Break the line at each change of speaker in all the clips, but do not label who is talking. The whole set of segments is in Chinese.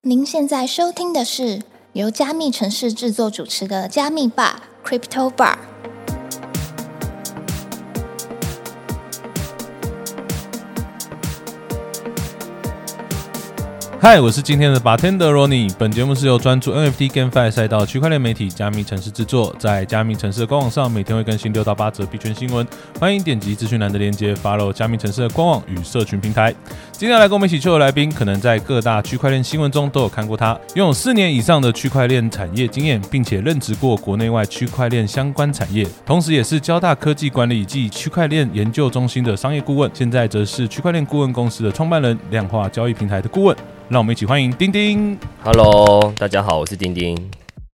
您现在收听的是由加密城市制作主持的《加密吧 Crypto Bar》。
嗨，我是今天的 bartender Ronnie。本节目是由专注 NFT GameFi 赛道区块链媒体加密城市制作，在加密城市的官网上每天会更新六到八则币圈新闻，欢迎点击资讯栏的链接，follow 加密城市的官网与社群平台。今天要来跟我们一起秀的来宾，可能在各大区块链新闻中都有看过他，拥有四年以上的区块链产业经验，并且任职过国内外区块链相关产业，同时也是交大科技管理暨区块链研究中心的商业顾问，现在则是区块链顾问公司的创办人，量化交易平台的顾问。让我们一起欢迎丁丁。
Hello，大家好，我是丁丁。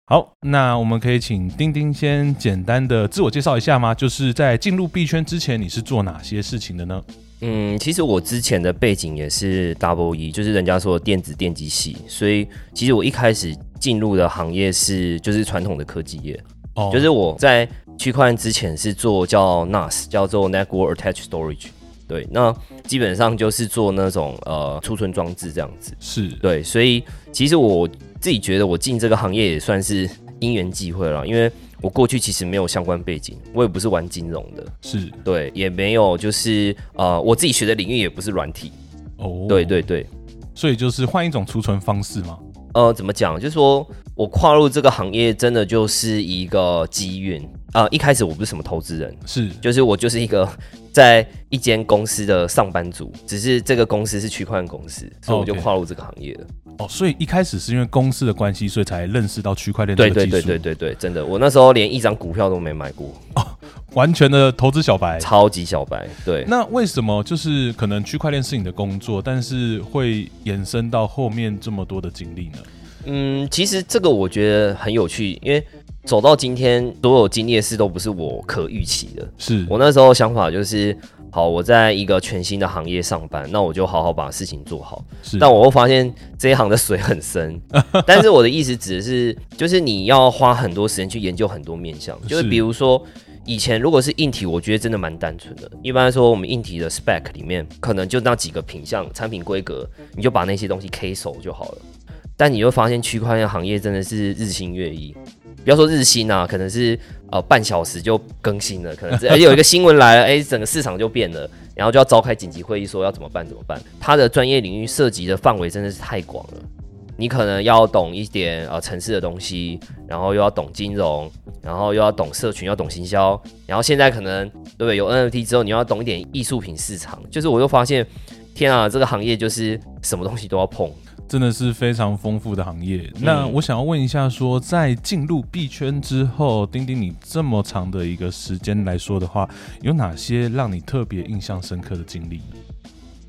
好，那我们可以请丁丁先简单的自我介绍一下吗？就是在进入币圈之前，你是做哪些事情的呢？
嗯，其实我之前的背景也是 Double E，就是人家说的电子电机系，所以其实我一开始进入的行业是就是传统的科技业，
哦
就是我在区块链之前是做叫 NAS，叫做 Network Attached Storage。对，那基本上就是做那种呃储存装置这样子。
是
对，所以其实我自己觉得我进这个行业也算是因缘际会了，因为我过去其实没有相关背景，我也不是玩金融的，
是
对，也没有就是呃我自己学的领域也不是软体，
哦，
对，对对，
所以就是换一种储存方式嘛。
呃怎么讲，就是说我跨入这个行业真的就是一个机运啊、呃一开始我不是什么投资人，
是
就是我就是一个在一间公司的上班族，只是这个公司是区块链公司，所以我
哦
就
OK
跨入这个行业了。
哦，所以一开始是因为公司的关系，所以才认识到区块链这
对
个
对
技术，
对对对对，真的，我那时候连一张股票都没买过。
完全的投资小白。
超级小白，对，
那为什么就是可能区块链是你的工作，但是会延伸到后面这么多的经历呢？
嗯，其实这个我觉得很有趣，因为走到今天，所有经历的事都不是我可预期的。
是
我那时候想法就是，好，我在一个全新的行业上班，那我就好好把事情做好。
是，
但我会发现这一行的水很深， 但是我的意思指的是，就是你要花很多时间去研究很多面向，就是
是
比如说。以前如果是硬体，我觉得真的蛮单纯的。一般来说，我们硬体的 spec 里面，可能就那几个品相、产品规格，你就把那些东西 K 手就好了。但你会发现，区块链行业真的是日新月异。不要说日新啊，可能是呃半小时就更新了，可能是哎、有一个新闻来了， 哎、整个市场就变了，然后就要召开紧急会议，说要怎么办怎么办。它的专业领域涉及的范围真的是太广了，你可能要懂一点呃城市的东西，然后又要懂金融，然后又要懂社群，要懂行销，然后现在可能对不对？有 NFT 之后，你要懂一点艺术品市场，就是我又发现，天啊，这个行业就是什么东西都要碰。
真的是非常丰富的行业。
嗯
那我想要问一下说在进入币圈之后，丁丁，你这么长的一个时间来说的话，有哪些让你特别印象深刻的经历？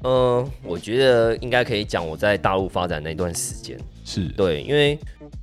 嗯，我觉得应该可以讲我在大陆发展那段时间。
是
对，因为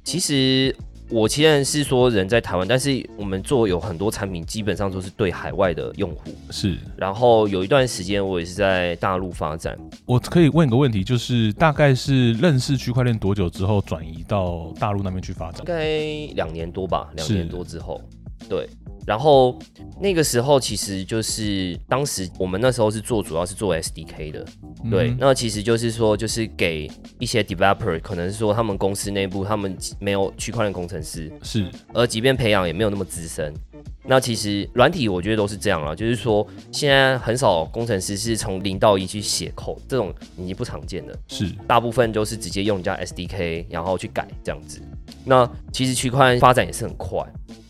其实我虽然是说人在台湾，但是我们做有很多产品基本上都是对海外的用户。
是，
然后有一段时间我也是在大陆发展，
我可以问一个问题，就是大概是认识区块链多久之后转移到大陆那边去发展
应？该两年多吧，两
是
年多之后，对。然后那个时候其实就是当时我们那时候是做主要是做 SDK 的，对，
嗯
那其实就是说，就是给一些 developer，可能是说他们公司内部他们没有区块链工程师，
是
而即便培养也没有那么资深。那其实软体我觉得都是这样啦，就是说现在很少工程师是从零到一去写 code，这种已经不常见了，
是
大部分都是直接用人家 SDK 然后去改这样子。那其实区块链发展也是很快，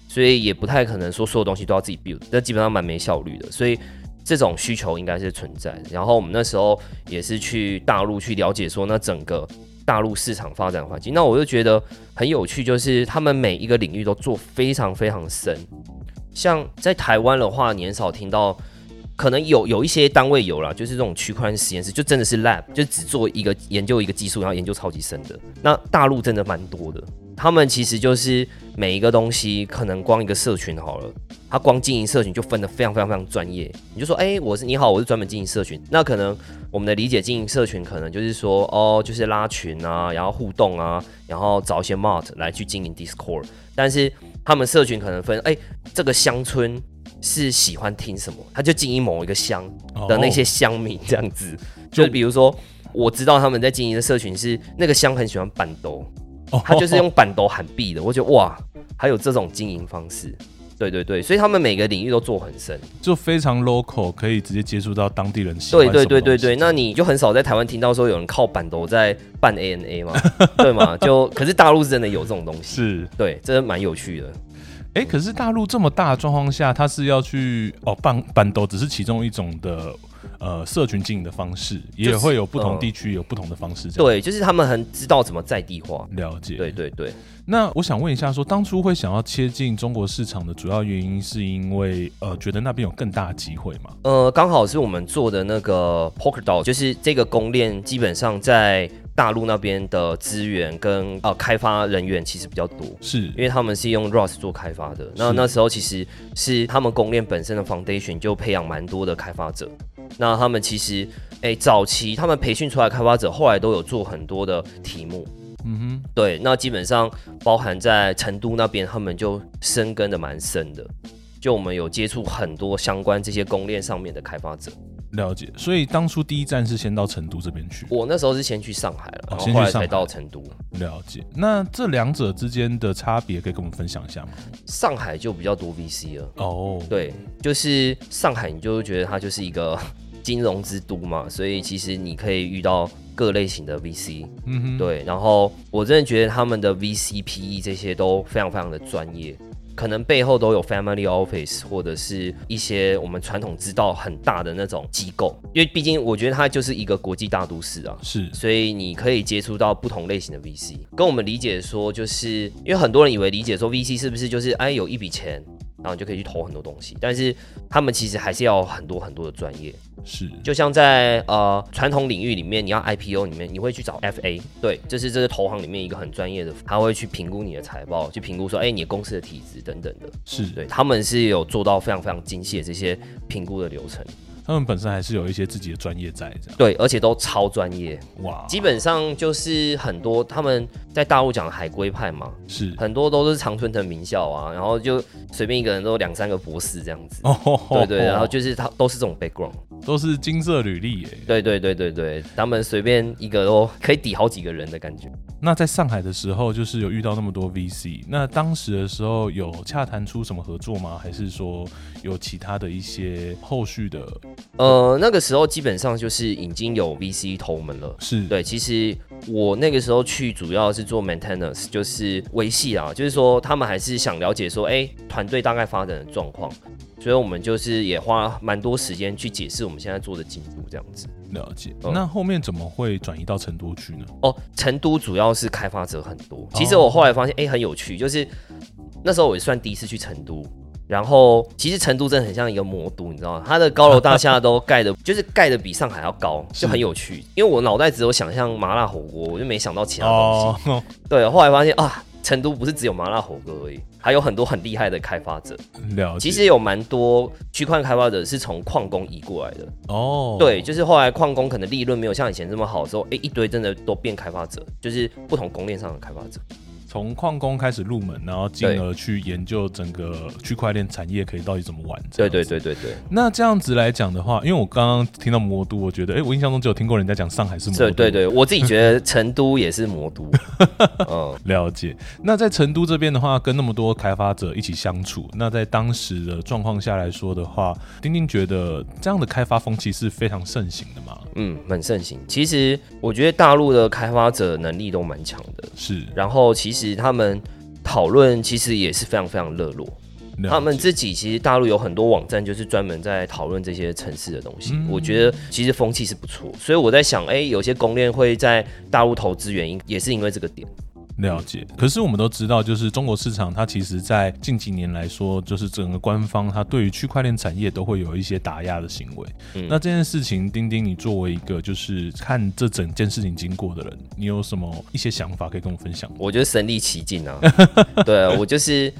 所以也不太可能说所有东西都要自己 build，这基本上蛮没效率的。所以这种需求应该是存在的。然后我们那时候也是去大陆去了解说那整个大陆市场发展环境。那我就觉得很有趣，就是他们每一个领域都做非常非常深。像在台湾的话，你很少听到，可能有有一些单位有啦，就是这种区块链实验室，就真的是 lab，就只做一个研究一个技术，然后研究超级深的。那大陆真的蛮多的，他们其实就是每一个东西，可能光一个社群好了，他光经营社群就分得非常非常非常专业。你就说，哎、我是你好，我是专门经营社群。那可能我们的理解经营社群，可能就是说，哦，就是拉群啊，然后互动啊，然后找一些 mod 来去经营 Discord。但是他们社群可能分，哎、这个乡村是喜
哦
欢听什么，他就经营某一个乡的那些乡民这样子。就比如说，我知道他们在经营的社群是那个香很喜欢板兜，
哦
他 就是用板斗喊币的。我觉得哇，还有这种经营方式，对对对，所以他们每个领域都做很深。
哦就非常 local，可以直接接触到当地人喜欢什
对
么东
对
西。
对对对，那你就很少在台湾听到说有人靠板斗在办 A N A 嘛，对嘛？就可是大陆是真的有这种东西，
是
对，真的蛮有趣的。
哎、可是大陆这么大的状况下，他是要去哦办办斗，只是其中一种的呃社群经营的方式，也
就是
会有不同
嗯
地区有不同的方式。这样
对，就是他们很知道怎么在地化。
了解。
对对对，
那我想问一下说当初会想要切进中国市场的主要原因，是因为呃觉得那边有更大的机会嘛？
呃，刚好是我们做的那个 Poker d o 就是这个公链基本上在大陆那边的资源跟呃开发人员其实比较多。
是
因为他们是用 Rust 做开发的，那
是
那时候其实是他们公链本身的 foundation 就培养蛮多的开发者。那他们其实，哎、早期他们培训出来的开发者，后来都有做很多的题目。
嗯哼，
对，那基本上包含在成都那边，他们就深耕的蛮深的。就我们有接触很多相关这些公链上面的开发者。
了解。所以当初第一站是先到成都这边去。
我那时候是先去上海了，
哦
然后
先去
后来
上海
才到成都。
了解。那这两者之间的差别可以跟我们分享一下吗？
上海就比较多 VC 了。
哦，
对，就是上海，你就会觉得它就是一个 金融之都嘛，所以其实你可以遇到各类型的 VC，
嗯哼，
对，然后我真的觉得他们的 VC、PE E 这些都非常非常的专业，可能背后都有 family office 或者是一些我们传统知道很大的那种机构，因为毕竟我觉得它就是一个国际大都市啊，
是
所以你可以接触到不同类型的 VC，跟我们理解说，就是因为很多人以为理解说 VC 是不是就是哎有一笔钱，然后你就可以去投很多东西，但是他们其实还是要有很多很多的专业，
是
就像在呃传统领域里面，你要 IPO 里面，你会去找 FA，对，就是这是投行里面一个很专业的，他会去评估你的财报，去评估说哎你的公司的体质等等的，
是
对他们是有做到非常非常精细的这些评估的流程，
他们本身还是有一些自己的专业在这样。
对，而且都超专业，
哇，
基本上就是很多他们在大陆讲的海归派嘛，
是
很多都是常春藤名校啊，然后就随便一个人都两三个博士这样子。
哦，
对对，然后就是他都是这种 background，
都是金色履历耶。
对对对对对，他们随便一个都可以抵好几个人的感觉。
那在上海的时候，就是有遇到那么多 VC，那当时的时候有洽谈出什么合作吗？还是说有其他的一些后续的？
呃，那个时候基本上就是已经有 VC 投我们了。
是，
对，其实我那个时候去主要是做 maintenance，就是维系啊，就是说他们还是想了解说，哎、团队大概发展的状况，所以我们就是也花蛮多时间去解释我们现在做的进度这样子。
了解。
嗯
那后面怎么会转移到成都去呢？
哦，成都主要是开发者很
哦
多，其实我后来发现，哎、很有趣，就是那时候我也算第一次去成都。然后，其实成都真的很像一个魔都，你知道吗？它的高楼大厦都盖的， 就是盖的比上海要高，
是
就很有趣。因为我脑袋只有想象麻辣火锅，我就没想到其他东西。
哦，
对，后来发现啊，成都不是只有麻辣火锅而已，还有很多很厉害的开发者。
了解。
其实有蛮多区块链开发者是从矿工移过来的。
哦，
对，就是后来矿工可能利润没有像以前这么好的时候，哎、一堆真的都变开发者，就是不同供链上的开发者。
从矿工开始入门，然后进
对
而去研究整个区块链产业可以到底怎么玩。
对对。对对对
那这样子来讲的话，因为我刚刚听到魔都，我觉得，哎、我印象中只有听过人家讲上海是魔都。
对对对，我自己觉得成都也是魔都。嗯，
了解。那在成都这边的话，跟那么多开发者一起相处，那在当时的状况下来说的话，丁丁觉得这样的开发风气是非常盛行的嘛？
嗯，很盛行。其实我觉得大陆的开发者能力都蛮强的，
是，
然后其实他们讨论其实也是非常非常热络。
了
他们
解
自己其实大陆有很多网站，就是专门在讨论这些城市的东西。
嗯
我觉得其实风气是不错，所以我在想，哎、有些公链会在大陆投资，原因也是因为这个点。
了解。可是我们都知道，就是中国市场，它其实在近几年来说，就是整个官方它对于区块链产业都会有一些打压的行为。
嗯
那这件事情，丁丁，你作为一个就是看这整件事情经过的人，你有什么一些想法可以跟我们分享吗？
我觉得身临其境啊， 对我就是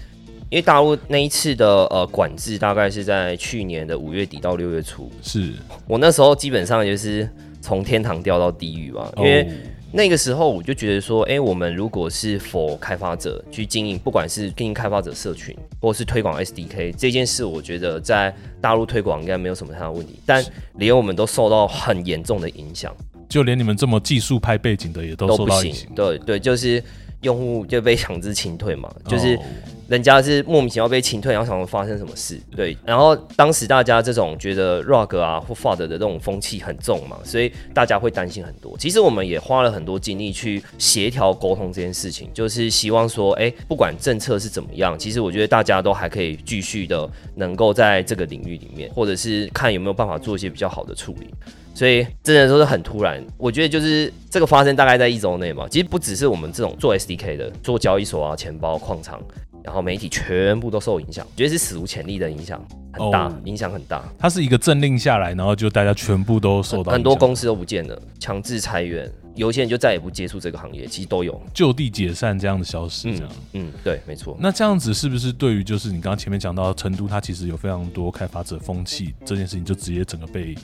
因为大陆那一次的呃管制，大概是在去年的五月底到六月初，
是，
我那时候基本上就是从天堂掉到地狱吧，因
哦
为、那个时候我就觉得说，哎、我们如果是否开发者去经营，不管是经营开发者社群，或是推广 SDK 这件事，我觉得在大陆推广应该没有什么太大问题，但连我们都受到很严重的影响。
就连你们这么技术派背景的也都
都
受
不
到
行
影响。。
对对，就是用户就被强制清退嘛，就是
哦
人家是莫名其妙被清退，然后想说发生什么事。对，然后当时大家这种觉得 rug 啊或 fad 的这种风气很重嘛，所以大家会担心很多。其实我们也花了很多精力去协调沟通这件事情，就是希望说，哎，不管政策是怎么样，其实我觉得大家都还可以继续的能够在这个领域里面，或者是看有没有办法做一些比较好的处理。所以真的都是很突然。我觉得就是这个发生大概在一周内嘛。其实不只是我们这种做 SDK 的，做交易所啊、钱包、矿场，然后媒体全部都受影响，我觉得是史无前例的影响，很大，
哦
影响很大。
它是一个政令下来，然后就大家全部都受到
很多
影响
公司都不见了，强制裁员，有些人就再也不接触这个行业，其实都有。
就地解散这样的消息，
嗯
这样。
嗯，对，没错。
那这样子是不是对于就是你刚刚前面讲到成都，它其实有非常多开发者风气这件事情，就直接整个被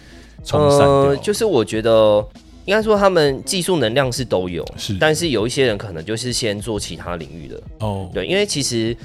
冲散掉、哦
呃，就是我觉得应该说他们技术能量是都有，
是
但是有一些人可能就是先做其他领域的，
哦
对，因为其实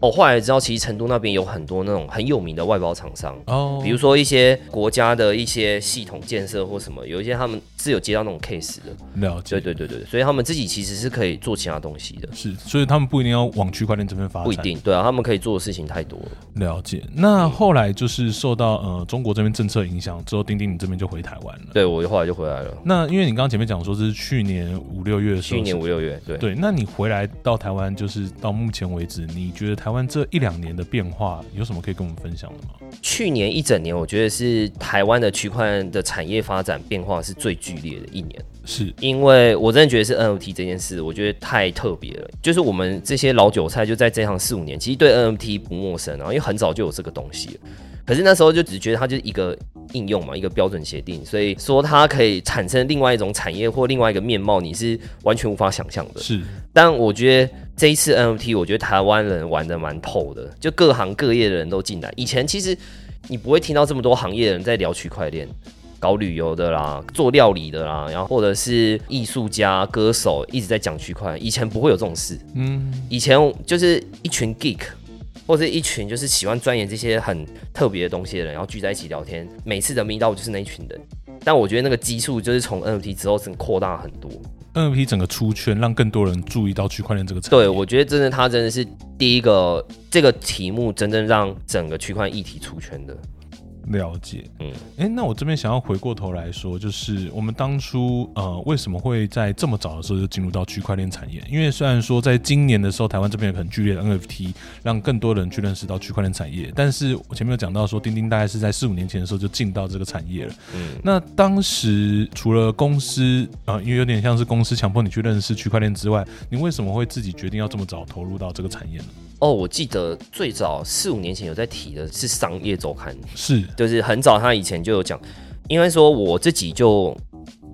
我后来知道，其实成都那边有很多那种很有名的外包厂商，
哦，
比如说一些国家的一些系统建设或什么，有一些他们是有接到那种 case 的。
了解
对对对对，所以他们自己其实是可以做其他东西的，
是，所以他们不一定要往区块链这边发展，
不一定。嗯对啊，他们可以做的事情太多了。
了解。那后来就是受到呃中国这边政策影响之后，钉钉你这边就回台湾了。
对我后来就回来了，
那因为你刚刚前面讲说这是去年五六月的时候，
去年五六月。对，
对，那你回来到台湾，就是到目前为止，你觉得台湾这一两年的变化有什么可以跟我们分享的吗？
去年一整年，我觉得是台湾的区块链的产业发展变化是最剧烈的一年。
是
因为我真的觉得是 NFT 这件事，我觉得太特别了。就是我们这些老韭菜就在这行四五年，其实对 NFT 不陌生啊，因为很早就有这个东西了。可是那时候就只觉得它就是一个应用嘛，一个标准协定，所以说它可以产生另外一种产业或另外一个面貌，你是完全无法想象的。
是，
但我觉得这一次 NFT，我觉得台湾人玩的蛮透的，就各行各业的人都进来。以前其实你不会听到这么多行业的人在聊区块链，搞旅游的啦，做料理的啦，然后或者是艺术家、歌手一直在讲区块链，以前不会有这种事。
嗯，
以前就是一群 geek，或者一群就是喜欢钻研这些很特别的东西的人，然后聚在一起聊天。每次的 meet 就是那一群人，但我觉得那个基数就是从 NFT 之后整个扩大很多。
NFT 整个出圈，让更多人注意到区块链这个产业。
对，我觉得真的，他真的是第一个这个题目真正让整个区块议题出圈的。
了解。嗯
嗯，
哎、那我这边想要回过头来说，就是我们当初呃为什么会在这么早的时候就进入到区块链产业？因为虽然说在今年的时候，台湾这边有很剧烈的 NFT，让更多人去认识到区块链产业，但是我前面有讲到说，钉钉大概是在四五年前的时候就进到这个产业了。
嗯，
那当时除了公司啊、呃因为有点像是公司强迫你去认识区块链之外，你为什么会自己决定要这么早投入到这个产业呢？
哦，我记得最早四五年前有在提的是《商业周刊》，
是
就是很早他以前就有讲，因为说我自己就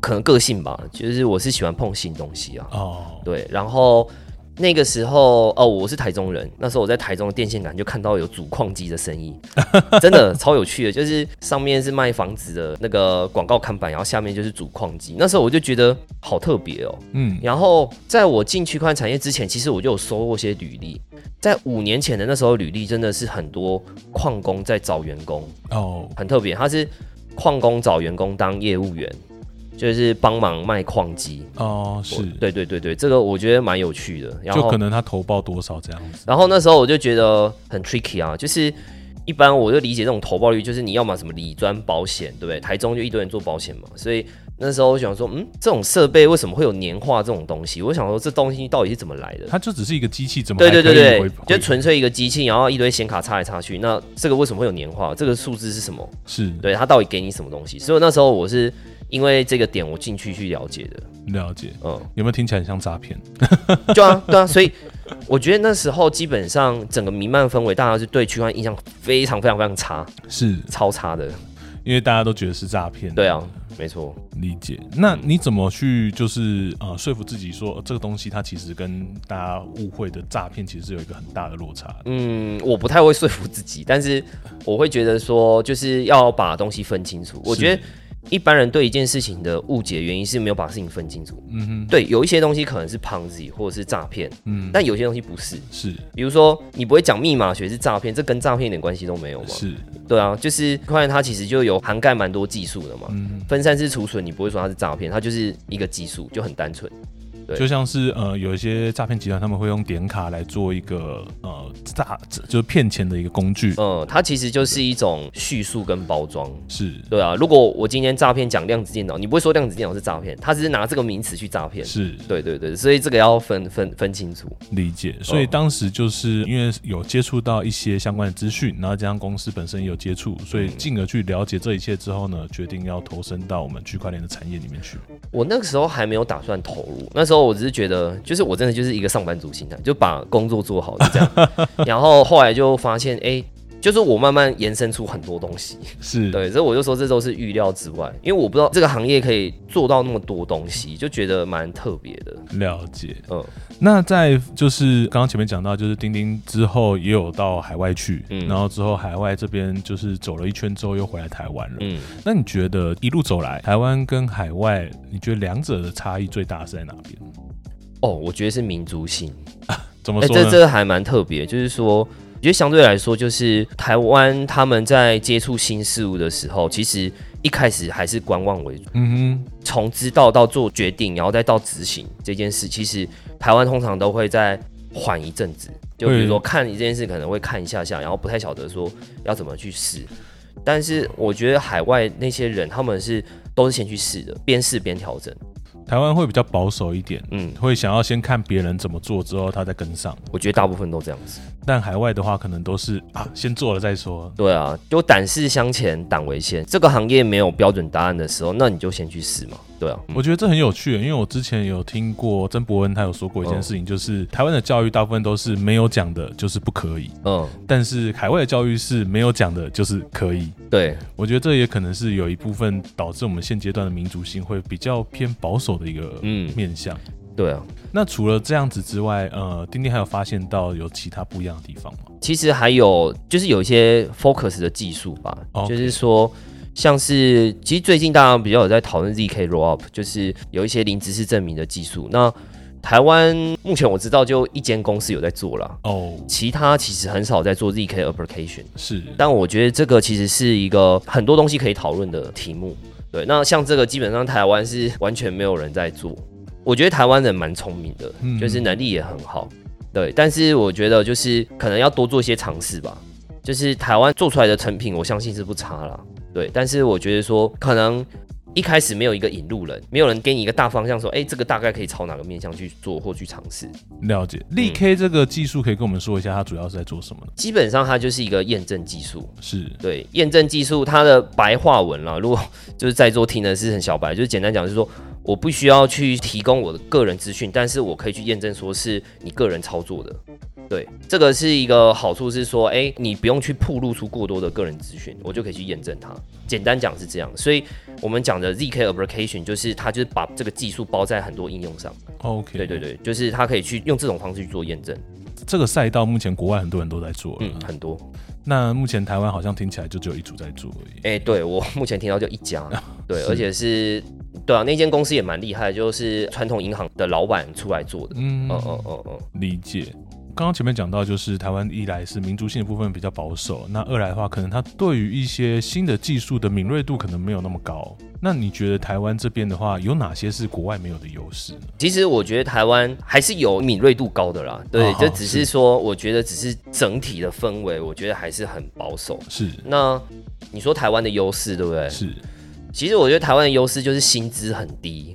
可能个性吧，就是我是喜欢碰新东西啊。
哦，
对，然后那个时候哦，我是台中人，那时候我在台中的电线杆就看到有主矿机的生意， 真的超有趣的，就是上面是卖房子的那个广告看板，然后下面就是主矿机。那时候我就觉得好特别哦。
嗯，
然后在我进区块链产业之前，其实我就有收过一些履历，在五年前的那时候，履历真的是很多矿工在找员工，
哦，
很特别，他是矿工找员工当业务员，就是帮忙卖矿机。
哦，
我
是。
对对对对，这个我觉得蛮有趣的。然
就
后
可，能他投报多少这样子。
然后那时候我就觉得很 tricky 啊，就是一般我就理解这种投报率，就是你要么什么理专保险，对不对？台中就一堆人做保险嘛，所以那时候我想说，嗯，这种设备为什么会有年化这种东西？我想说这东西到底是怎么来的？
它就只是一个机器，怎么
对
还可
对
以
对
回
对，
回
就纯粹一个机器，然后一堆显卡插来插去。那这个为什么会有年化？这个数字是什么？
是
对，它到底给你什么东西？所以那时候我是因为这个点我进去去了解的，
了解。
嗯。
有没有听起来很像诈骗？
对啊，对啊，所以我觉得那时候基本上整个弥漫氛围，大家是对区块链印象非常非常非常差，
是
超差的。
因为大家都觉得是诈骗。
对啊，，嗯没错。
理解。那你怎么去就是呃说服自己说、呃这个东西它其实跟大家误会的诈骗其实是有一个很大的落差的？
嗯，我不太会说服自己，但是我会觉得说，就是要把东西分清楚。我
是
觉得一般人对一件事情的误解原因是没有把事情分清楚。
嗯哼，
对，有一些东西可能是 Ponzi 或者是诈骗，
嗯，
但有些东西不是。
是
比如说，你不会讲密码学是诈骗，这跟诈骗一点关系都没有嘛？
是
对啊，就是区块链它其实就有涵盖蛮多技术的嘛。
嗯，
分散式储存，你不会说它是诈骗，它就是一个技术，就很单纯。对
就像是呃，有一些诈骗集团他们会用点卡来做一个呃诈，就是骗钱的一个工具。
嗯，它其实就是一种叙述跟包装。
是
对啊，如果我今天诈骗讲量子电脑，你不会说量子电脑是诈骗，它只是拿这个名词去诈骗。
是，
对对对，所以这个要分分分清楚。
理解，所以
哦
当时就是因为有接触到一些相关的资讯，然后加上公司本身也有接触，所以进而去了解这一切之后呢，决定要投身到我们区块链的产业里面去。
我那个时候还没有打算投入，那时候我只是觉得，就是我真的就是一个上班族心态，就把工作做好就这样。然后后来就发现，哎、就是我慢慢延伸出很多东西，
是，
对，所以我就说这都是预料之外，因为我不知道这个行业可以做到那么多东西，就觉得蛮特别的。
了解。
嗯，
那在就是刚刚前面讲到，就是钉钉之后也有到海外去，
嗯
然后之后海外这边就是走了一圈之后又回来台湾了。
嗯，
那你觉得一路走来，台湾跟海外，你觉得两者的差异最大是在哪边？
哦，我觉得是民族性，
怎么
哎、
说呢？
这这还蛮特别，就是说，我觉得相对来说，就是台湾他们在接触新事物的时候，其实一开始还是观望为主，
嗯
从知道到做决定，然后再到执行这件事，其实台湾通常都会在缓一阵子，就比如说
会
看你这件事可能会看一下下，然后不太晓得说要怎么去试。但是我觉得海外那些人，他们是都是先去试的，边试边调整。
哼，台湾会比较保守一点，
嗯，
会想要先看别人怎么做，之后他再跟上。
我觉得大部分都这样子。
但海外的话，可能都是啊，先做了再说。
对啊，就胆事向前，胆为先。这个行业没有标准答案的时候，那你就先去试嘛。对啊，
我觉得这很有趣，因为我之前有听过曾伯恩他有说过一件事情，就是台湾的教育大部分都是没有讲的，就是不可以；
嗯，
但是海外的教育是没有讲的，就是可以。
对，
我觉得这也可能是有一部分导致我们现阶段的民族性会比较偏保守的一个
嗯，
面向。
对啊。
那除了这样子之外，呃，丁丁还有发现到有其他不一样的地方吗？
其实还有就是有一些 focus 的技术吧
OK
就是说。像是其实最近大家比较有在讨论 zk roll up，就是有一些零知识证明的技术。那台湾目前我知道就一间公司有在做啦，
哦，
其他其实很少在做 zk application。
是
但我觉得这个其实是一个很多东西可以讨论的题目。对，那像这个基本上台湾是完全没有人在做。我觉得台湾人蛮聪明的
嗯，
就是能力也很好。对，但是我觉得就是可能要多做一些尝试吧。就是台湾做出来的成品，我相信是不差啦。对，但是我觉得说可能。一开始没有一个引路人，没有人给你一个大方向，说，哎、这个大概可以朝哪个面向去做或去尝试。
了解。
嗯
力 K 这个技术可以跟我们说一下，它主要是在做什么呢？
基本上它就是一个验证技术，
是
对，验证技术它的白话文啦，如果 就是在座听的是很小白，就是简单讲，就是说我不需要去提供我的个人资讯，但是我可以去验证说是你个人操作的。对，这个是一个好处是说，哎、你不用去曝露出过多的个人资讯，我就可以去验证它。简单讲是这样，所以我们讲的 zk application 就是它就是把这个技术包在很多应用上。
OK，
对对对，就是它可以去用这种方式去做验证，
这个赛道目前国外很多人都在做了，
嗯，很多。
那目前台湾好像听起来就只有一组在做而已。
哎、对我目前听到就一家， 对，
是
而且是，对啊，那间公司也蛮厉害，就是传统银行的老板出来做的。
嗯
嗯嗯嗯嗯，
理解。刚刚前面讲到，就是台湾一来是民族性的部分比较保守，那二来的话，可能它对于一些新的技术的敏锐度可能没有那么高。那你觉得台湾这边的话，有哪些是国外没有的优势呢？
其实我觉得台湾还是有敏锐度高的啦，对
哦，
这、
好
只
是
是说，我觉得只是整体的氛围，我觉得还是很保守。
是
那你说台湾的优势，对不对？
是，
其实我觉得台湾的优势就是薪资很 低，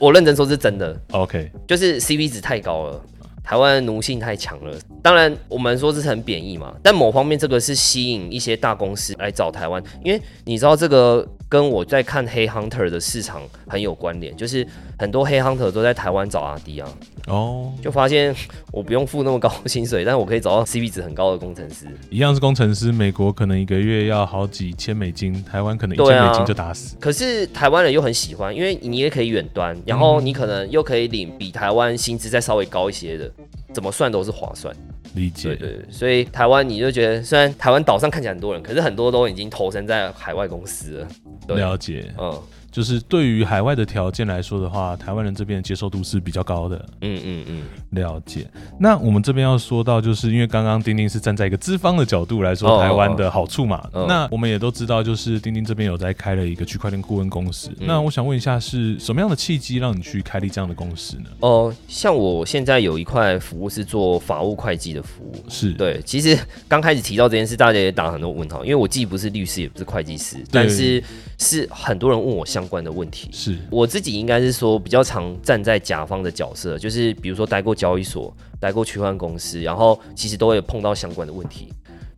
我认真说是真的。
OK，
就是 CP 值太高了，台湾的奴性太强了。当然，我们说这是很贬义嘛，但某方面这个是吸引一些大公司来找台湾，因为你知道这个跟我在看黑 hunter 的市场很有关联，就是很多黑 hunter 都在台湾找阿迪啊，
哦，
就发现 我不用付那么高的薪水，但我可以找到 CP 值很高的工程师。
一样是工程师，美国可能一个月要好几千美金，台湾可能一
对
千
啊
美金就打死。
可是台湾人又很喜欢，因为你也可以远端，然后你可能又可以领比台湾薪资再稍微高一些的，怎么算都是划算。
理解，
对对，对所以台湾你就觉得，虽然台湾岛上看起来很多人，可是很多都已经投身在海外公司了。对，
了解。
嗯，
就是对于海外的条件来说的话，台湾人这边的接受度是比较高的。
嗯嗯嗯，
了解。那我们这边要说到，就是因为刚刚丁丁是站在一个资方的角度来
哦
说
哦哦
台湾的好处嘛。
嗯
那我们也都知道，就是丁丁这边有在开了一个区块链顾问公司。
嗯
那我想问一下，是什么样的契机让你去开立这样的公司呢？
哦、像我现在有一块服务是做法务会计的服务。
是，
对，其实刚开始提到这件事，大家也打很多问号，因为我既不是律师，也不是会计师，但是是很多人问我相关的问题。
是，
我自己应该是说比较常站在甲方的角色，就是比如说待过交易所、待过区块链公司，然后其实都会碰到相关的问题，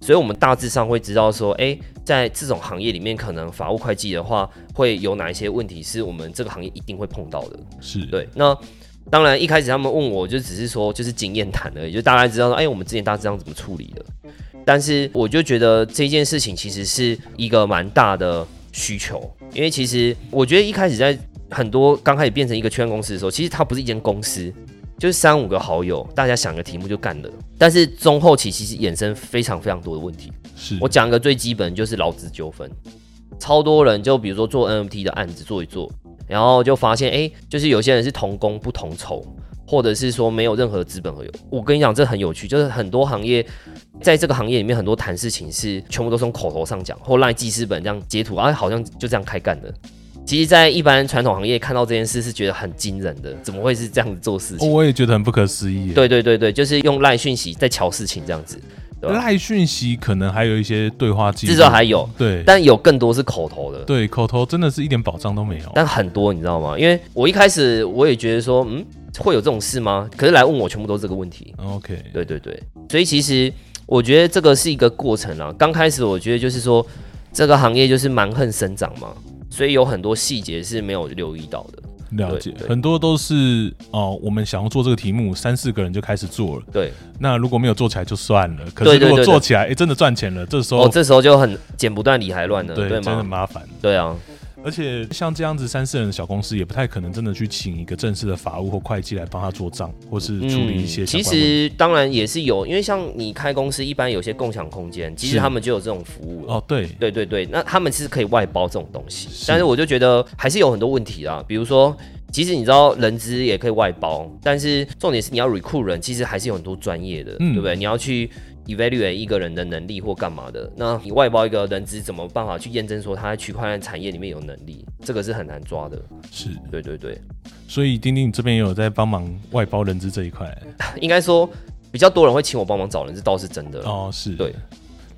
所以我们大致上会知道说，诶，在这种行业里面，可能法务会计的话，会有哪一些问题是我们这个行业一定会碰到的。
是，
对，那当然一开始他们问我就只是说就是经验谈而已，就大概知道说，哎、我们之前大致上怎么处理的。但是我就觉得这件事情其实是一个蛮大的需求，因为其实我觉得一开始在很多刚开始变成一个圈公司的时候，其实它不是一间公司。就是三五个好友，大家想个题目就干了。但是中后期其实衍生非常非常多的问题，
是，
我讲一个最基本，就是劳资纠纷，超多人就比如说做 NFT 的案子做一做，然后就发现，哎、就是有些人是同工不同酬，或者是说没有任何资本合有。我跟你讲，这很有趣，就是很多行业在这个行业里面，很多谈事情是全部都是从口头上讲，或赖记事本这样截图，啊，好像就这样开干的。其实，在一般传统行业看到这件事是觉得很惊人的，怎么会是这样子做事
哦
情？
我也觉得很不可思议耶。
对对对对，就是用赖讯息在瞧事情这样子，对吧
赖讯息可能还有一些对话记录，
至少还有，
对，
但有更多是口头的。
对口头真的是一点保障都没有。
但很多你知道吗？因为我一开始我也觉得说，嗯，会有这种事吗？可是来问我，全部都是这个问题。
OK，
对对对，所以其实我觉得这个是一个过程啊。刚开始我觉得就是说，这个行业就是蛮横生长嘛，所以有很多细节是没有留意到的。
了解
对，对
很多都是哦，我们想要做这个题目，三四个人就开始做了。
对，
那如果没有做起来就算了，可
对
是
对
如果
对
做
对
起来，哎、真的赚钱了，这时候、
哦，这时候就很剪不断理还乱了，
对真的
吗？
麻烦。
对啊，
而且像这样子三四人的小公司，也不太可能真的去请一个正式的法务或会计来帮他做账，或是处理一些相
嗯其
关问题。
实当然也是有，因为像你开公司，一般有些共享空间，其实
是
他们就有这种服务了。
哦，对，
对对对，那他们是可以外包这种东西，
是
但是我就觉得还是有很多问题啦。比如说，其实你知道人资也可以外包，但是重点是你要 recruit 人，其实还是有很多专业的，
嗯
对不对？你要去 evaluate 一个人的能力或干嘛的，那你外包一个人资，怎么办法去验证说他在区块链产业里面有能力？这个是很难抓的。
是。
对对对，
所以丁丁你这边也有在帮忙外包人资这一块。
应该说比较多人会请我帮忙找人，这倒是真的。
哦，是
对，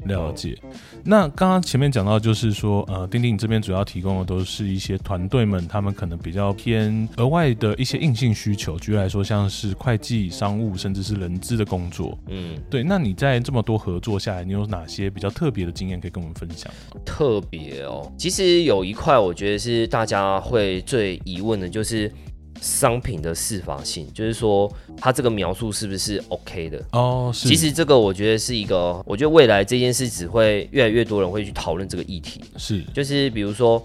了解。那刚刚前面讲到，就是说，呃，钉钉这边主要提供的都是一些团队们他们可能比较偏额外的一些硬性需求，举例来说，像是会计、商务，甚至是人资的工作。
嗯，
对，那你在这么多合作下来，你有哪些比较特别的经验可以跟我们分享？
特别哦。其实有一块，我觉得是大家会最疑问的，就是商品的适法性，就是说它这个描述是不是 OK 的。
哦，是，
其实这个我觉得是一个，我觉得未来这件事只会越来越多人会去讨论这个议题。
是
就是比如说，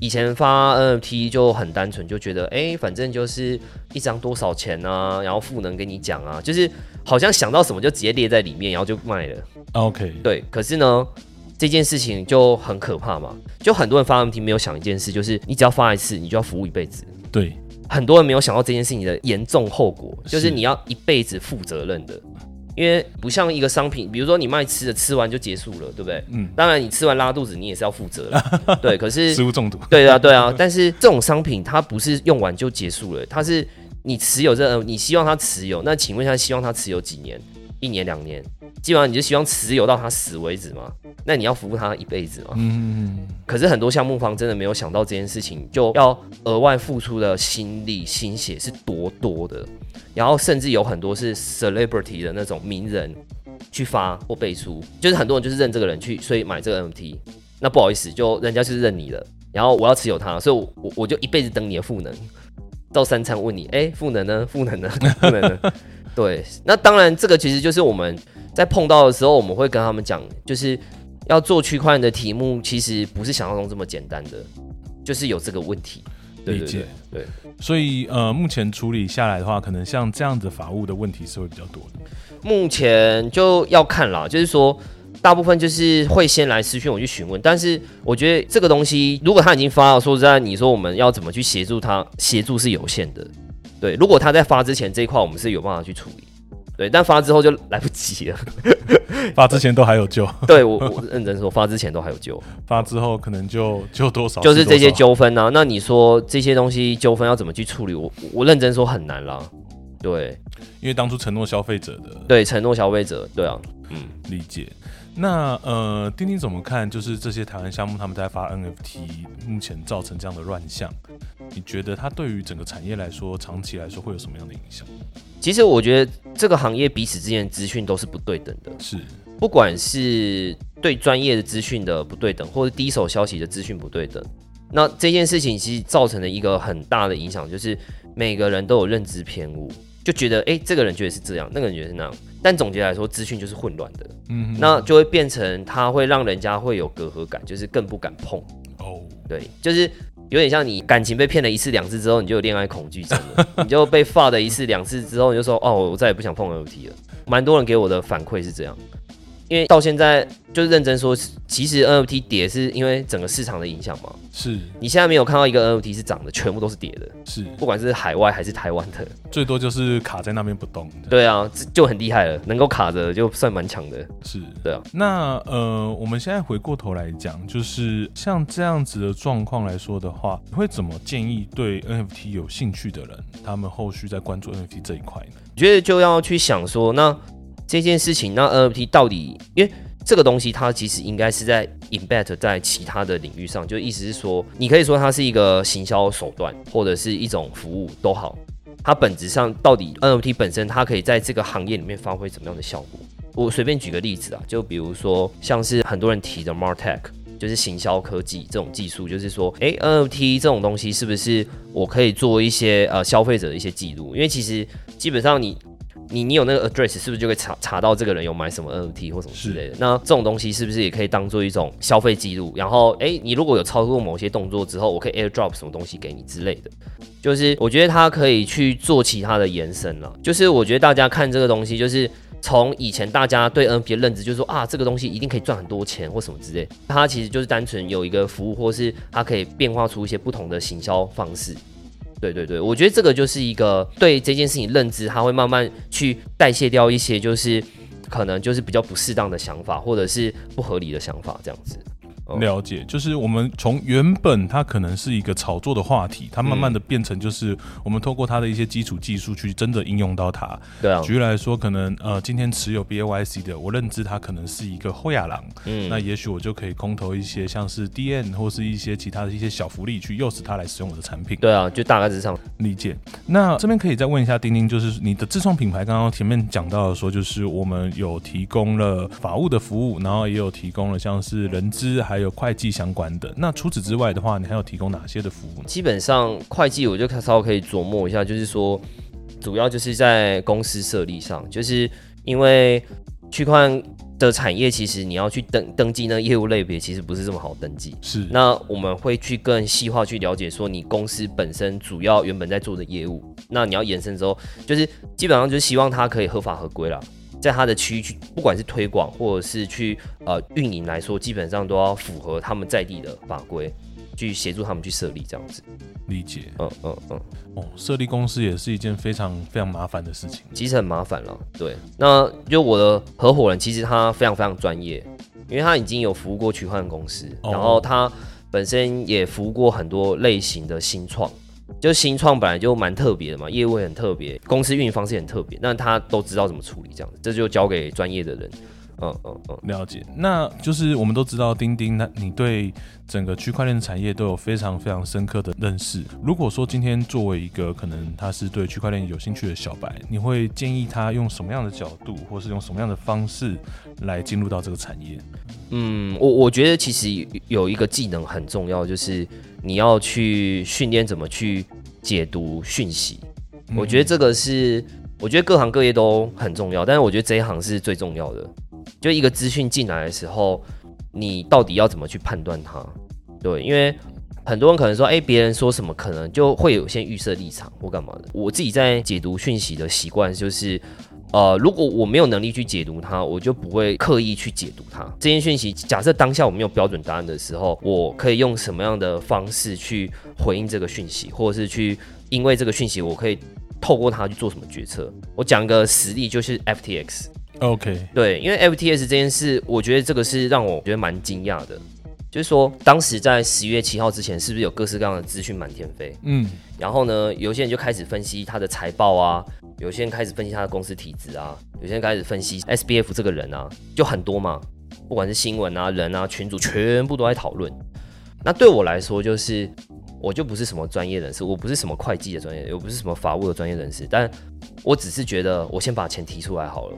以前发 NFT 就很单纯，就觉得哎、诶反正就是一张多少钱啊，然后赋能跟你讲啊，就是好像想到什么就直接列在里面，然后就卖了。
OK，
对，可是呢，这件事情就很可怕嘛。就很多人发 NFT 没有想一件事，就是你只要发一次，你就要服务一辈子。
对，
很多人没有想到这件事情的严重后果，就是
是
你要一辈子负责任的。因为不像一个商品，比如说你卖吃的，吃完就结束了，对不对？
嗯，
当然，你吃完拉肚子，你也是要负责的。对，可是
食物中毒，
对啊，对啊，但是这种商品它不是用完就结束了，它是你持有这个，你希望它持有，那请问一下，希望它持有几年？一年、两年，基本上你就希望持有到它死为止嘛？那你要服务它一辈子嘛？
嗯，
可是很多项目方真的没有想到这件事情，就要额外付出的心力、心血是多多的，然后甚至有很多是 celebrity 的那种名人去发或背书，就是很多人就是认这个人去，所以买这个 MT。那不好意思，就人家就是认你了，然后我要持有它，所以我我我就一辈子等你的赋能，到三餐问你，哎、赋能呢？赋能呢？赋能呢？对，那当然，这个其实就是我们在碰到的时候，我们会跟他们讲，就是要做区块链的题目，其实不是想象中这么简单的，就是有这个问题。对
理
对对
解。
对，
所以呃，目前处理下来的话，可能像这样子法务的问题是会比较多的。
目前就要看啦，就是说大部分就是会先来私讯我去询问，但是我觉得这个东西，如果他已经发了，说实在，你说我们要怎么去协助他，协助是有限的。对，如果他在发之前这一块，我们是有办法去处理。对，但发之后就来不及了。
发之前都还有救，
对我，我认真说，发之前都还有救，
发之后可能就就多少
就是这
多
些
少
纠纷啊。那你说这些东西纠纷要怎么去处理？我我认真说很难啦。对
因为当初承诺消费者的
对，承诺消费者，对啊，嗯。
理解。那呃，丁丁怎么看？就是这些台湾项目他们在发 NFT，目前造成这样的乱象，你觉得它对于整个产业来说，长期来说会有什么样的影响？
其实我觉得这个行业彼此之间的资讯都是不对等的，
是
不管是对专业的资讯的不对等，或者第一手消息的资讯不对等。那这件事情其实造成了一个很大的影响，就是每个人都有认知偏误，就觉得诶，这个人觉得是这样，那个人觉得是那样。但总结来说，资讯就是混乱的，
嗯哼，
那就会变成它会让人家会有隔阂感，就是更不敢碰。
哦，
对，就是有点像你感情被骗了一次两次之后，你就有恋爱恐惧症了，你就被发了一次两次之后，你就说哦，我再也不想碰 NFT 了。蛮多人给我的反馈是这样，因为到现在就是认真说，其实 NFT 跌是因为整个市场的影响嘛。
是
你现在没有看到一个 NFT 是涨的，全部都是跌的，
是，
不管是海外还是台湾的。
最多就是卡在那边不动。
对啊，这就很厉害了，能够卡着就算蛮强的。
是，
对啊。
那呃，我们现在回过头来讲，就是像这样子的状况来说的话，你会怎么建议对 NFT 有兴趣的人，他们后续在关注 NFT 这一块呢？
我觉得就要去想说，那这件事情，那 NFT 到底，因为这个东西它其实应该是在 embed 在其他的领域上，就意思是说，你可以说它是一个行销手段，或者是一种服务都好，它本质上到底 NFT 本身它可以在这个行业里面发挥怎么样的效果？我随便举个例子啊，就比如说像是很多人提的 Martech。就是行销科技这种技术，就是说，诶 n f t 这种东西是不是我可以做一些呃消费者的一些记录？因为其实基本上你你你有那个 address，是不是就可以查查到这个人有买什么 NFT 或什么之类的？那这种东西是不是也可以当做一种消费记录？然后，诶，你如果有操作某些动作之后，我可以 airdrop 什么东西给你之类的。就是我觉得它可以去做其他的延伸了。就是我觉得大家看这个东西，就是从以前大家对 NFT 的认知，就是说啊，这个东西一定可以赚很多钱或什么之类，它其实就是单纯有一个服务，或是它可以变化出一些不同的行销方式。对对对，我觉得这个就是一个对这件事情认知，它会慢慢去代谢掉一些，就是可能就是比较不适当的想法，或者是不合理的想法这样子。哦
了解，就是我们从原本它可能是一个炒作的话题，它慢慢的变成就是我们透过它的一些基础技术去真的应用到它。
对啊，
举例来说，可能呃今天持有 BAYC 的，我认知它可能是一个后亚郎，
嗯
那，也许我就可以空投一些像是 DN 或是一些其他的一些小福利去诱使他来使用我的产品。
对啊，就大概是这样。
理解。那这边可以再问一下丁丁，就是你的自创品牌，刚刚前面讲到的说，就是我们有提供了法务的服务，然后也有提供了像是人资还有会计相关的。那除此之外的话，你还有提供哪些的服务呢？
基本上会计我就稍微可以琢磨一下，就是说主要就是在公司设立上，就是因为区块链的产业其实你要去登登记那业务类别，其实不是这么好登记。
是
那我们会去更细化去了解，说你公司本身主要原本在做的业务，那你要延伸之后，就是基本上就是希望它可以合法合规啦，在它的区域去，不管是推广或者是去呃运营来说，基本上都要符合他们在地的法规，去协助他们去设立这样子。
理解
嗯嗯嗯，
哦，设立公司也是一件非常非常麻烦的事情。
其实很麻烦了。对，那就我的合伙人，其实他非常非常专业，因为他已经有服务过区块链公司，
哦
然后他本身也服务过很多类型的新创。就新创本来就蛮特别的嘛，业务也很特别，公司运营方式也很特别，那他都知道怎么处理这样子，这就交给专业的人。嗯嗯嗯，
了解，那就是我们都知道钉钉，那你对整个区块链产业都有非常非常深刻的认识。如果说今天作为一个可能他是对区块链有兴趣的小白，你会建议他用什么样的角度，或是用什么样的方式来进入到这个产业？
嗯，我我觉得其实有一个技能很重要，就是你要去训练怎么去解读讯息。
嗯
我觉得这个是，我觉得各行各业都很重要，但是我觉得这一行是最重要的。就一个资讯进来的时候，你到底要怎么去判断它？对，因为很多人可能说，哎、别人说什么，可能就会有些预设立场或干嘛的。我自己在解读讯息的习惯就是，呃，如果我没有能力去解读它，我就不会刻意去解读它。这件讯息，假设当下我没有标准答案的时候，我可以用什么样的方式去回应这个讯息，或者是去因为这个讯息，我可以透过它去做什么决策？我讲一个实例，就是 FTX。
OK，
对，因为 FTS 这件事，我觉得这个是让我觉得蛮惊讶的，就是说当时在十一月七号之前，是不是有各式各样的资讯满天飞？
嗯，
然后呢，有些人就开始分析他的财报啊，有些人开始分析他的公司体制啊，有些人开始分析 SBF 这个人啊，就很多嘛，不管是新闻啊、人啊、群主，全部都在讨论。那对我来说，就是我就不是什么专业人士，我不是什么会计的专业，我不是什么法务的专业人士，但我只是觉得我先把钱提出来好了。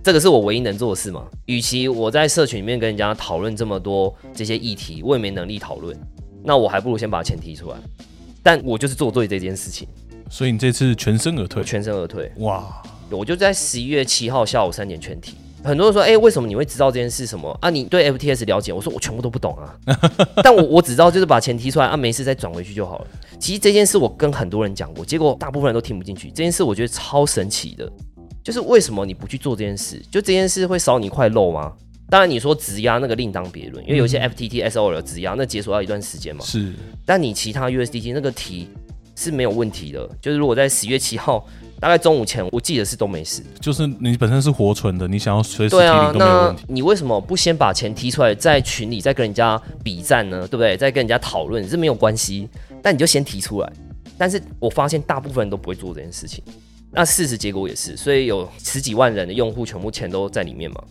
这个是我唯一能做的事嘛？与其我在社群里面跟人家讨论这么多这些议题，我也没能力讨论，那我还不如先把钱提出来。但我就是做对这件事情，
所以你这次全身而退
我，全身而退。
哇，
我就在十一月七号下午三点全体。很多人说，哎、为什么你会知道这件事？什么啊？你对 FTS 了解？我说我全部都不懂啊，但我我只知道就是把钱提出来啊，没事再转回去就好了。其实这件事我跟很多人讲过，结果大部分人都听不进去。这件事我觉得超神奇的，就是为什么你不去做这件事？就这件事会少你一块肉吗？当然你说质押那个另当别论，因为有一些 FTT、SOL 质押那解锁要一段时间嘛。
是
但你其他 USDT 那个题是没有问题的，就是如果在十月七号大概中午前，我记得是都没事。
就是你本身是活存的，你想要随时提
对啊
领，都没有
那
问题。
你为什么不先把钱提出来，在群里再跟人家比战呢？对不对？再跟人家讨论这没有关系，但你就先提出来。但是我发现大部分人都不会做这件事情，那事实结果也是，所以有十几万人的用户全部钱都在里面嘛。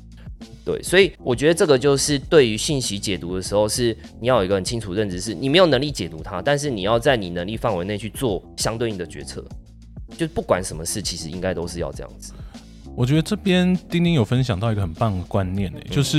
对，所以我觉得这个就是对于信息解读的时候，是你要有一个很清楚认知，是你没有能力解读它，但是你要在你能力范围内去做相对应的决策。就不管什么事，其实应该都是要这样子。
我觉得这边丁丁有分享到一个很棒的观念、
嗯
欸，就是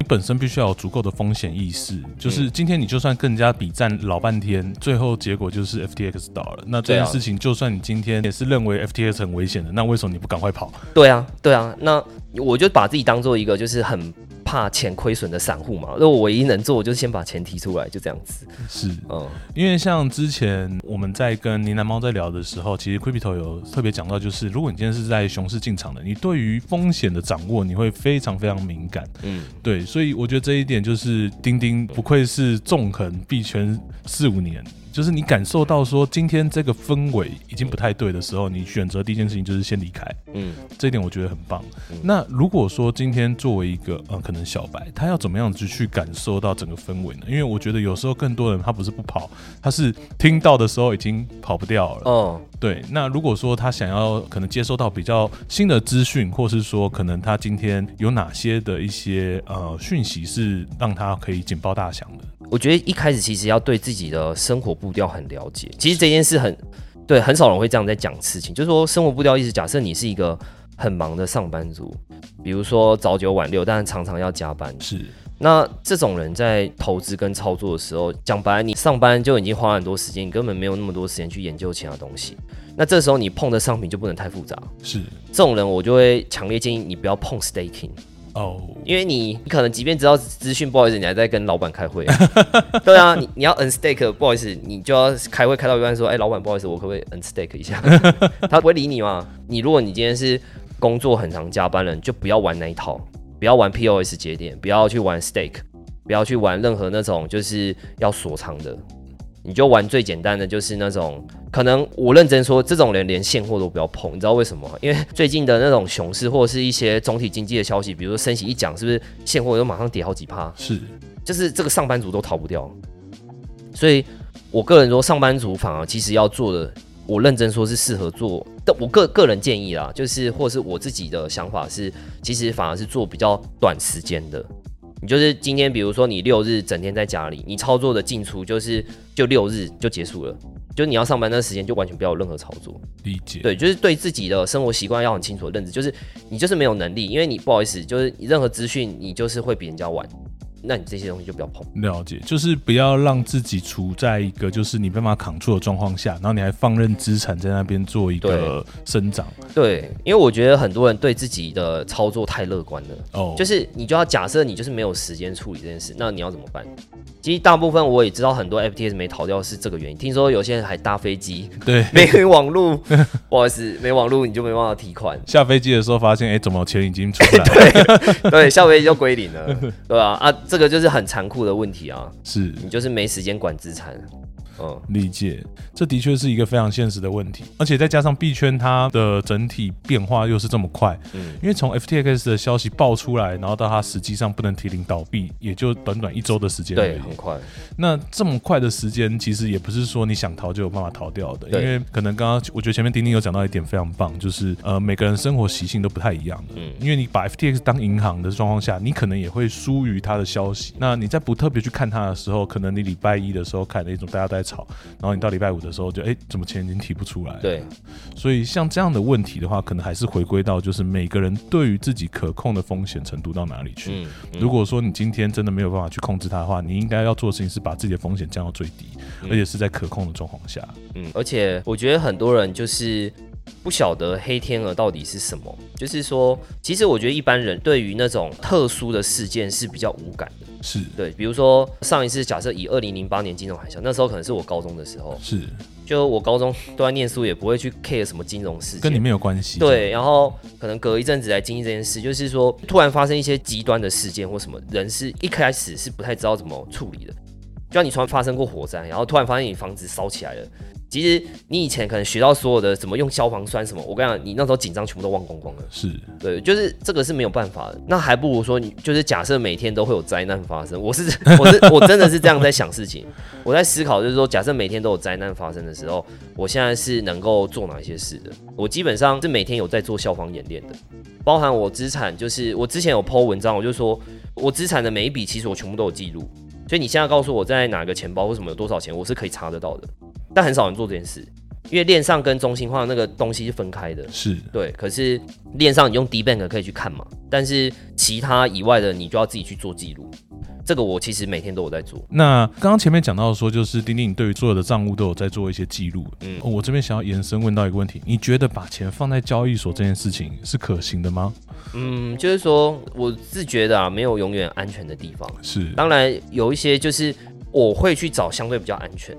你本身必须要有足够的风险意识。
嗯
就是今天你就算跟人家比战老半天，最后结果就是 FTX 倒了。那这
对
件
啊
事情，就算你今天也是认为 FTX 很危险的，那为什么你不赶快跑？
对啊，对啊，那我就把自己当做一个就是很怕钱亏损的散户嘛。那我唯一能做，我就是先把钱提出来，就这样子。
是
嗯，
因为像之前我们在跟呢喃猫在聊的时候，其实 Crypto 有特别讲到，就是如果你今天是在熊市进场的，你对于风险的掌握你会非常非常敏感。
嗯，
对，所以我觉得这一点就是丁丁不愧是纵横币圈四五年，就是你感受到说今天这个氛围已经不太对的时候，你选择第一件事情就是先离开。
嗯，
这一点我觉得很棒。那如果说今天作为一个呃可能小白，他要怎么样子去感受到整个氛围呢？因为我觉得有时候更多人他不是不跑，他是听到的时候已经跑不掉了。
哦，
对，那如果说他想要可能接收到比较新的资讯，或是说可能他今天有哪些的一些呃讯息是让他可以警报大响的，
我觉得一开始其实要对自己的生活步调很了解。其实这件事很，对，很少人会这样在讲事情，就是说生活步调意思，假设你是一个很忙的上班族，比如说早九晚六，但是常常要加班，
是
那这种人在投资跟操作的时候，讲白了，你上班就已经花很多时间，你根本没有那么多时间去研究其他东西。那这时候你碰的商品就不能太复杂。
是
这种人，我就会强烈建议你不要碰 staking，
哦，
因为你你可能即便知道资讯，不好意思，你还在跟老板开会、对啊，你你要 unstake，不好意思，你就要开会开到一半说，哎、老板，不好意思，我可不可以 unstake 一下？ 他不会理你嘛。你如果你今天是工作很常加班的人，就不要玩那一套，不要玩 POS 节点，不要去玩 stake，不要去玩任何那种就是要锁仓的。你就玩最简单的，就是那种可能我认真说，这种人连现货都不要碰，你知道为什么吗？因为最近的那种熊市或者是一些总体经济的消息，比如说升息一讲，是不是现货就马上跌好几趴？
是
就是这个上班族都逃不掉。所以我个人说，上班族反而其实要做的，我认真说是适合做。但我个个人建议啦，就是或是我自己的想法是，其实反而是做比较短时间的。你就是今天，比如说你六日整天在家里，你操作的进出就是就六日就结束了，就你要上班那时间就完全不要有任何操作。
理解，
对，就是对自己的生活习惯要很清楚的认知，就是你就是没有能力，因为你不好意思，就是你任何资讯你就是会比人家晚，那你这些东西就不要碰。
了解，就是不要让自己处在一个就是你没办法扛住的状况下，然后你还放任资产在那边做一个生长。
对，因为我觉得很多人对自己的操作太乐观了，
哦，
就是你就要假设你就是没有时间处理这件事，那你要怎么办？其实大部分我也知道很多 FTS 没逃掉是这个原因，听说有些人还搭飞机，
对，
没网路，不好意思，没网路你就没办法提款，
下飞机的时候发现，哎、怎么钱已经出来了？
对，下飞机就归零了，对吧、啊？这个就是很残酷的问题啊，
是
你就是没时间管资产，嗯，
理解，这的确是一个非常现实的问题，而且再加上币圈它的整体变化又是这么快，
嗯
因为从 FTX 的消息爆出来，然后到它实际上不能提领倒闭，也就短短一周的时间而
对，
已。
很快，
那这么快的时间，其实也不是说你想逃就有办法逃掉的，因
对
为可能刚刚我觉得前面丁丁有讲到一点非常棒，就是呃每个人生活习性都不太一样的，
嗯
因为你把 FTX 当银行的状况下，你可能也会疏于它的消息。那你在不特别去看它的时候，可能你礼拜一的时候看了一哎种大家都在吵，然后你到礼拜五的时候就哎、诶怎么钱已经提不出来？，
对，
所以像这样的问题的话，可能还是回归到就是每个人对于自己可控的风险程度到哪里去。
嗯，
如果说你今天真的没有办法去控制它的话，你应该要做的事情是把自己的风险降到最低，而且是在可控的状况下。
嗯，而且我觉得很多人就是不晓得黑天鹅到底是什么，就是说，其实我觉得一般人对于那种特殊的事件是比较无感的。
是
对，比如说上一次假设以二零零八年金融海啸，那时候可能是我高中的时候，
是，
就我高中 都在念书，也不会去 care 什么金融事
跟你
件。
没有关系。
对，然后可能隔一阵子来经历这件事，就是说突然发生一些极端的事件或什么，人是一开始是不太知道怎么处理的。就像你突然发生过火灾，然后突然发现你房子烧起来了，其实你以前可能学到所有的怎么用消防栓什么，我跟你讲，你那时候紧张全部都忘光光了。
是
对，就是这个是没有办法的。那还不如说你，就是假设每天都会有灾难发生。我是我是我真的是这样在想事情，我在思考，就是说，假设每天都有灾难发生的时候，我现在是能够做哪些事的？我基本上是每天有在做消防演练的，包含我资产，就是我之前有 PO 文章，我就说我资产的每一笔其实我全部都有记录，所以你现在告诉我在哪个钱包或什么有多少钱，我是可以查得到的。但很少人做这件事，因为链上跟中心化那个东西是分开的。
是
对，可是链上你用 Dbank 可以去看嘛，但是其他以外的你就要自己去做记录。这个我其实每天都有在做。
那刚刚前面讲到说，就是丁丁，你对于所有的账务都有在做一些记录。嗯
嗯，
我这边想要延伸问到一个问题，你觉得把钱放在交易所这件事情是可行的吗？
嗯，就是说我自觉的啊，没有永远安全的地方。
是
当然有一些就是我会去找相对比较安全，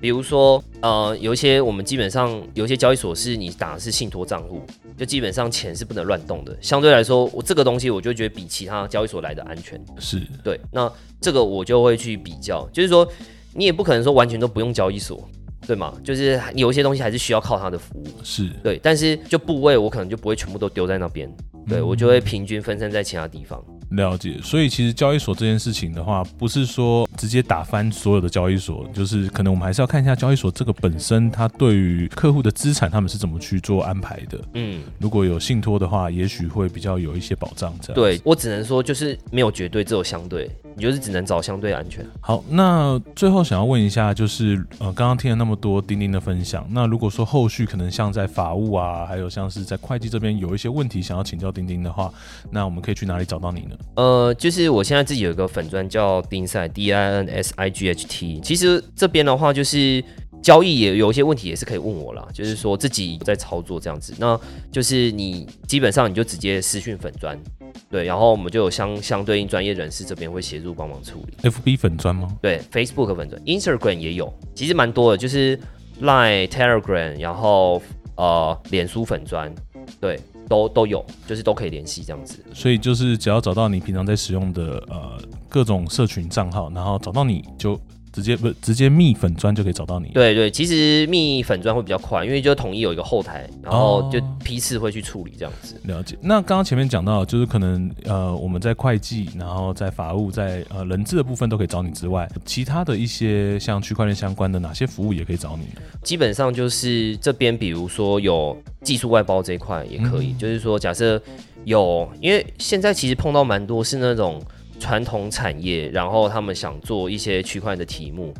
比如说呃，有一些我们基本上有一些交易所是你打的是信托账户，就基本上钱是不能乱动的。相对来说，我这个东西我就觉得比其他交易所来的安全。
是
对，那这个我就会去比较，就是说你也不可能说完全都不用交易所，对吗？就是有一些东西还是需要靠它的服务，
是，
对。但是就部位，我可能就不会全部都丢在那边，对我就会平均分散在其他地方。
了解，所以其实交易所这件事情的话，不是说直接打翻所有的交易所，就是可能我们还是要看一下交易所这个本身，它对于客户的资产他们是怎么去做安排的。
嗯，
如果有信托的话，也许会比较有一些保障。这样
对我只能说就是没有绝对，只有相对，你就是只能找相对安全。
好，那最后想要问一下，就是呃，刚刚听了那么多钉钉的分享，那如果说后续可能像在法务啊，还有像是在会计这边有一些问题想要请教钉钉的话，那我们可以去哪里找到你呢？
呃，就是我现在自己有一个粉砖叫丁赛 D I N S I G H T，其实这边的话就是。交易也有一些问题也是可以问我啦，就是说自己在操作这样子，那就是你基本上你就直接私讯粉砖，对，然后我们就有相相对应专业人士这边会协助帮忙处理，
FB 粉砖吗？
对，Facebook 粉砖，Instagram 也有，其实蛮多的，就是 Line、Telegram，然后呃脸书粉砖，对，都都有，就是都可以联系这样子，
所以就是只要找到你平常在使用的呃各种社群账号，然后找到你就直接不直接密粉砖就可以找到你。
对对，其实密粉砖会比较快，因为就统一有一个后台，然后就
哦
批次会去处理这样子。
了解。那刚刚前面讲到，就是可能呃我们在会计，然后在法务，在呃人资的部分都可以找你之外，其他的一些像区块链相关的哪些服务也可以找你？
基本上就是这边，比如说有技术外包这一块也可以，
嗯
就是说假设有，因为现在其实碰到蛮多是那种传统产业，然后他们想做一些区块的题目，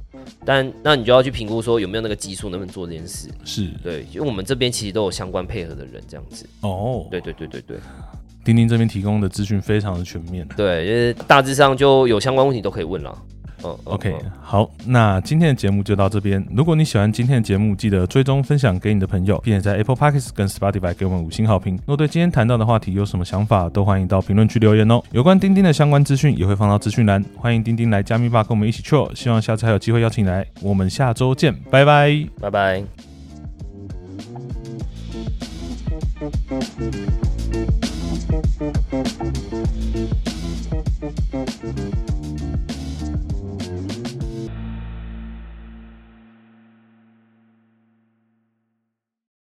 但那你就要去评估说有没有那个技术能不能做这件事。
是
对，因为我们这边其实都有相关配合的人这样子。
哦，
对对对对对，
钉钉这边提供的资讯非常的全面。
对，就是大致上就有相关问题都可以问了。嗯
OK，好，那今天的节目就到这边。如果你喜欢今天的节目，记得追踪分享给你的朋友，并且在 Apple Podcasts 跟 Spotify 给我们五星好评。若对今天谈到的话题有什么想法，都欢迎到评论区留言哦。有关钉钉的相关资讯也会放到资讯栏，欢迎钉钉来加密吧，跟我们一起 chill。希望下次还有机会邀请你来，我们下周见，拜拜。
拜拜。
Thank you.